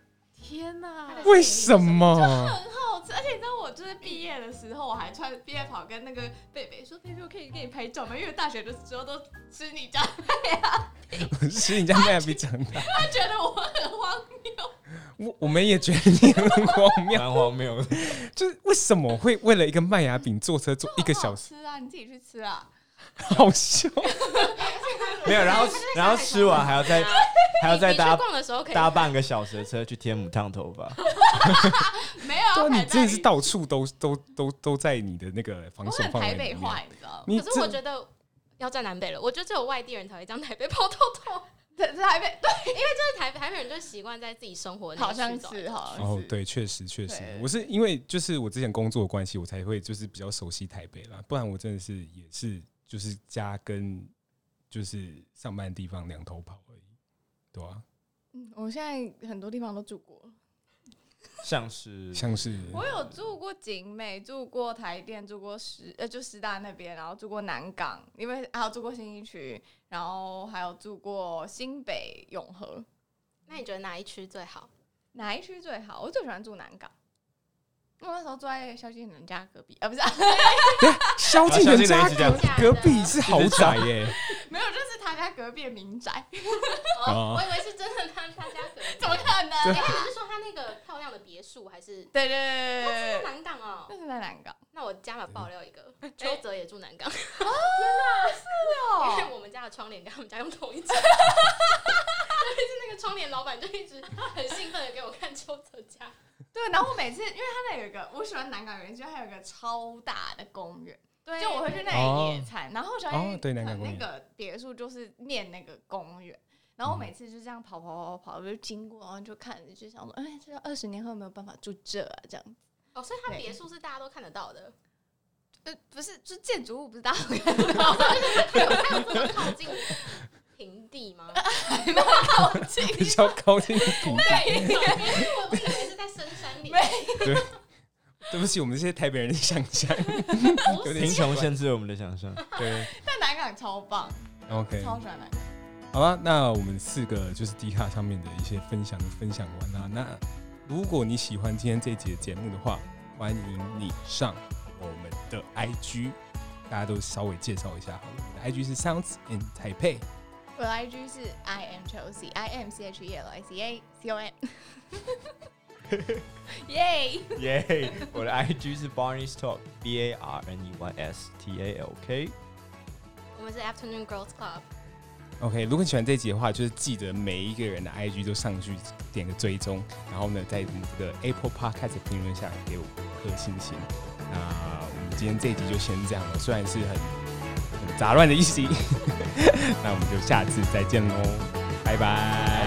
Speaker 2: 天哪
Speaker 1: 为什？么？
Speaker 5: 很好吃，而且你知道我就是毕业的时候，我还穿毕业袍跟那个贝贝说：“贝贝，我可以给你拍照吗？”因为大学的时候都吃你家，
Speaker 1: 我是人家麦比长大，
Speaker 5: 他觉得我很荒谬。
Speaker 1: 我我们也觉得你很荒谬，
Speaker 4: 蛮荒谬的，
Speaker 1: 就是为什么会为了一个麦芽饼坐车坐一个小 时，
Speaker 5: 很好吃啊，你自己去吃啊。
Speaker 1: 好 笑。
Speaker 4: 没有，然后然后吃完还要 再还要再
Speaker 3: 你去
Speaker 4: 搭
Speaker 3: 逛的时候可以
Speaker 4: 搭半个小时的车去天母烫头发，
Speaker 5: 没有，
Speaker 1: 对啊，
Speaker 5: 我
Speaker 1: 你
Speaker 5: 很
Speaker 1: 真的是到处都都都都在你的那个防
Speaker 5: 我
Speaker 1: 守
Speaker 5: 很
Speaker 1: 范围
Speaker 5: 台
Speaker 1: 里
Speaker 5: 北
Speaker 1: 面。
Speaker 5: 话，你知道吗？
Speaker 1: 你
Speaker 3: 可是我
Speaker 1: 这
Speaker 3: 觉得要站南北了，我觉得只有外地人才会这样台北跑透透，
Speaker 5: 这这台北
Speaker 3: 就是台台北人就习惯在自己生活的
Speaker 5: 对，
Speaker 3: 那
Speaker 5: 好
Speaker 3: 个
Speaker 5: 像
Speaker 3: 区走来
Speaker 5: 是，
Speaker 3: 走
Speaker 5: 好像
Speaker 1: 哦
Speaker 5: 是，。
Speaker 1: 对，确实确实
Speaker 5: 对，
Speaker 1: 我是因为就是我之前工作的关系，我才会就是比较熟悉台北啦，不然我真的是也是就是家跟就是上班的地方两头跑而已，对啊，
Speaker 5: 嗯我现在很多地方都住过，
Speaker 4: 像是
Speaker 1: 像是
Speaker 5: 嗯我有住过景美，住过台电，住过师呃就师大那边，然后住过南港，因为还有住过新一区，然后还有住过新北永和，
Speaker 3: 那你觉得哪一区 最好？
Speaker 5: 哪一区最好？我最喜欢住南港，因为我那时候住在萧敬腾家隔壁，啊，不是、啊，
Speaker 6: 萧敬腾家
Speaker 4: 啊萧敬腾也是这样
Speaker 6: 隔壁是豪宅 耶、
Speaker 5: 没有，就是他家隔壁的民宅，
Speaker 6: 哦
Speaker 3: 哦，我以为是真的他他家隔壁。
Speaker 5: 怎么可能？
Speaker 3: 哎，你是说他那个漂亮的别墅还是？
Speaker 5: 对对
Speaker 3: 在
Speaker 5: 对对对，
Speaker 3: 南港哦
Speaker 5: 那，是在南港，
Speaker 3: 那我加码爆料一个，
Speaker 5: 嗯
Speaker 3: 邱泽也住南港， 因
Speaker 5: 哎哦，
Speaker 3: 为我们家的窗帘跟他们家用同一张。 但是那个窗帘老板就一直很兴奋的给我看邱泽家，
Speaker 5: 对，然后我每次，因为他那有一个，我喜欢南港原因，就是它有一个超大的公园，
Speaker 3: 对
Speaker 5: 就我会去那里野餐，然后小
Speaker 1: 哦对南港公
Speaker 5: 那
Speaker 1: 园
Speaker 5: 个别墅就是面那个公园。然
Speaker 1: 嗯
Speaker 5: 后我每次就这样跑跑跑跑，我就经过，然后就看，就想说，哎，这二十年后有没有办法住这啊？这样，
Speaker 3: 哦，所以他
Speaker 5: 对
Speaker 3: 别墅是大家都看得到的，
Speaker 5: 呃，不是，就建筑物不知道，
Speaker 3: 他有不能靠近平地 吗？
Speaker 1: 比较高兴一点。
Speaker 3: 对，我以为是在深山里，
Speaker 1: 对不起，我们这些台北人的想 象有点
Speaker 4: 贫
Speaker 1: 奇怪
Speaker 4: 穷限制我们的想象。
Speaker 1: 对
Speaker 5: 但南港超棒，
Speaker 1: ，OK，
Speaker 5: 超喜欢南港。
Speaker 1: 好吧，那我们四个就是迪卡上面的一些分享都分享完啦。那如果你喜欢今天这一集的节目的话，欢迎你上我们的 IG，大家都稍微介绍一下好了。我们的 IG 是 Sounds in Taipei。
Speaker 5: 我的 IG 是 I am Chelsea I am C H E L I C A C O N，耶！
Speaker 4: 耶、我的 IG 是 Barney's Talk B A R N E Y S T A L K。
Speaker 3: 我们是 Afternoon Girls Club。
Speaker 1: OK，如果你喜欢这一集的话，就是记得每一个人的 IG 都上去点个追踪，然后呢，在我们这个 Apple Podcast 的评论下给我五颗星星。那我们今天这一集就先这样了，虽然是很 很杂乱的一集，那我们就下次再见喽，拜拜。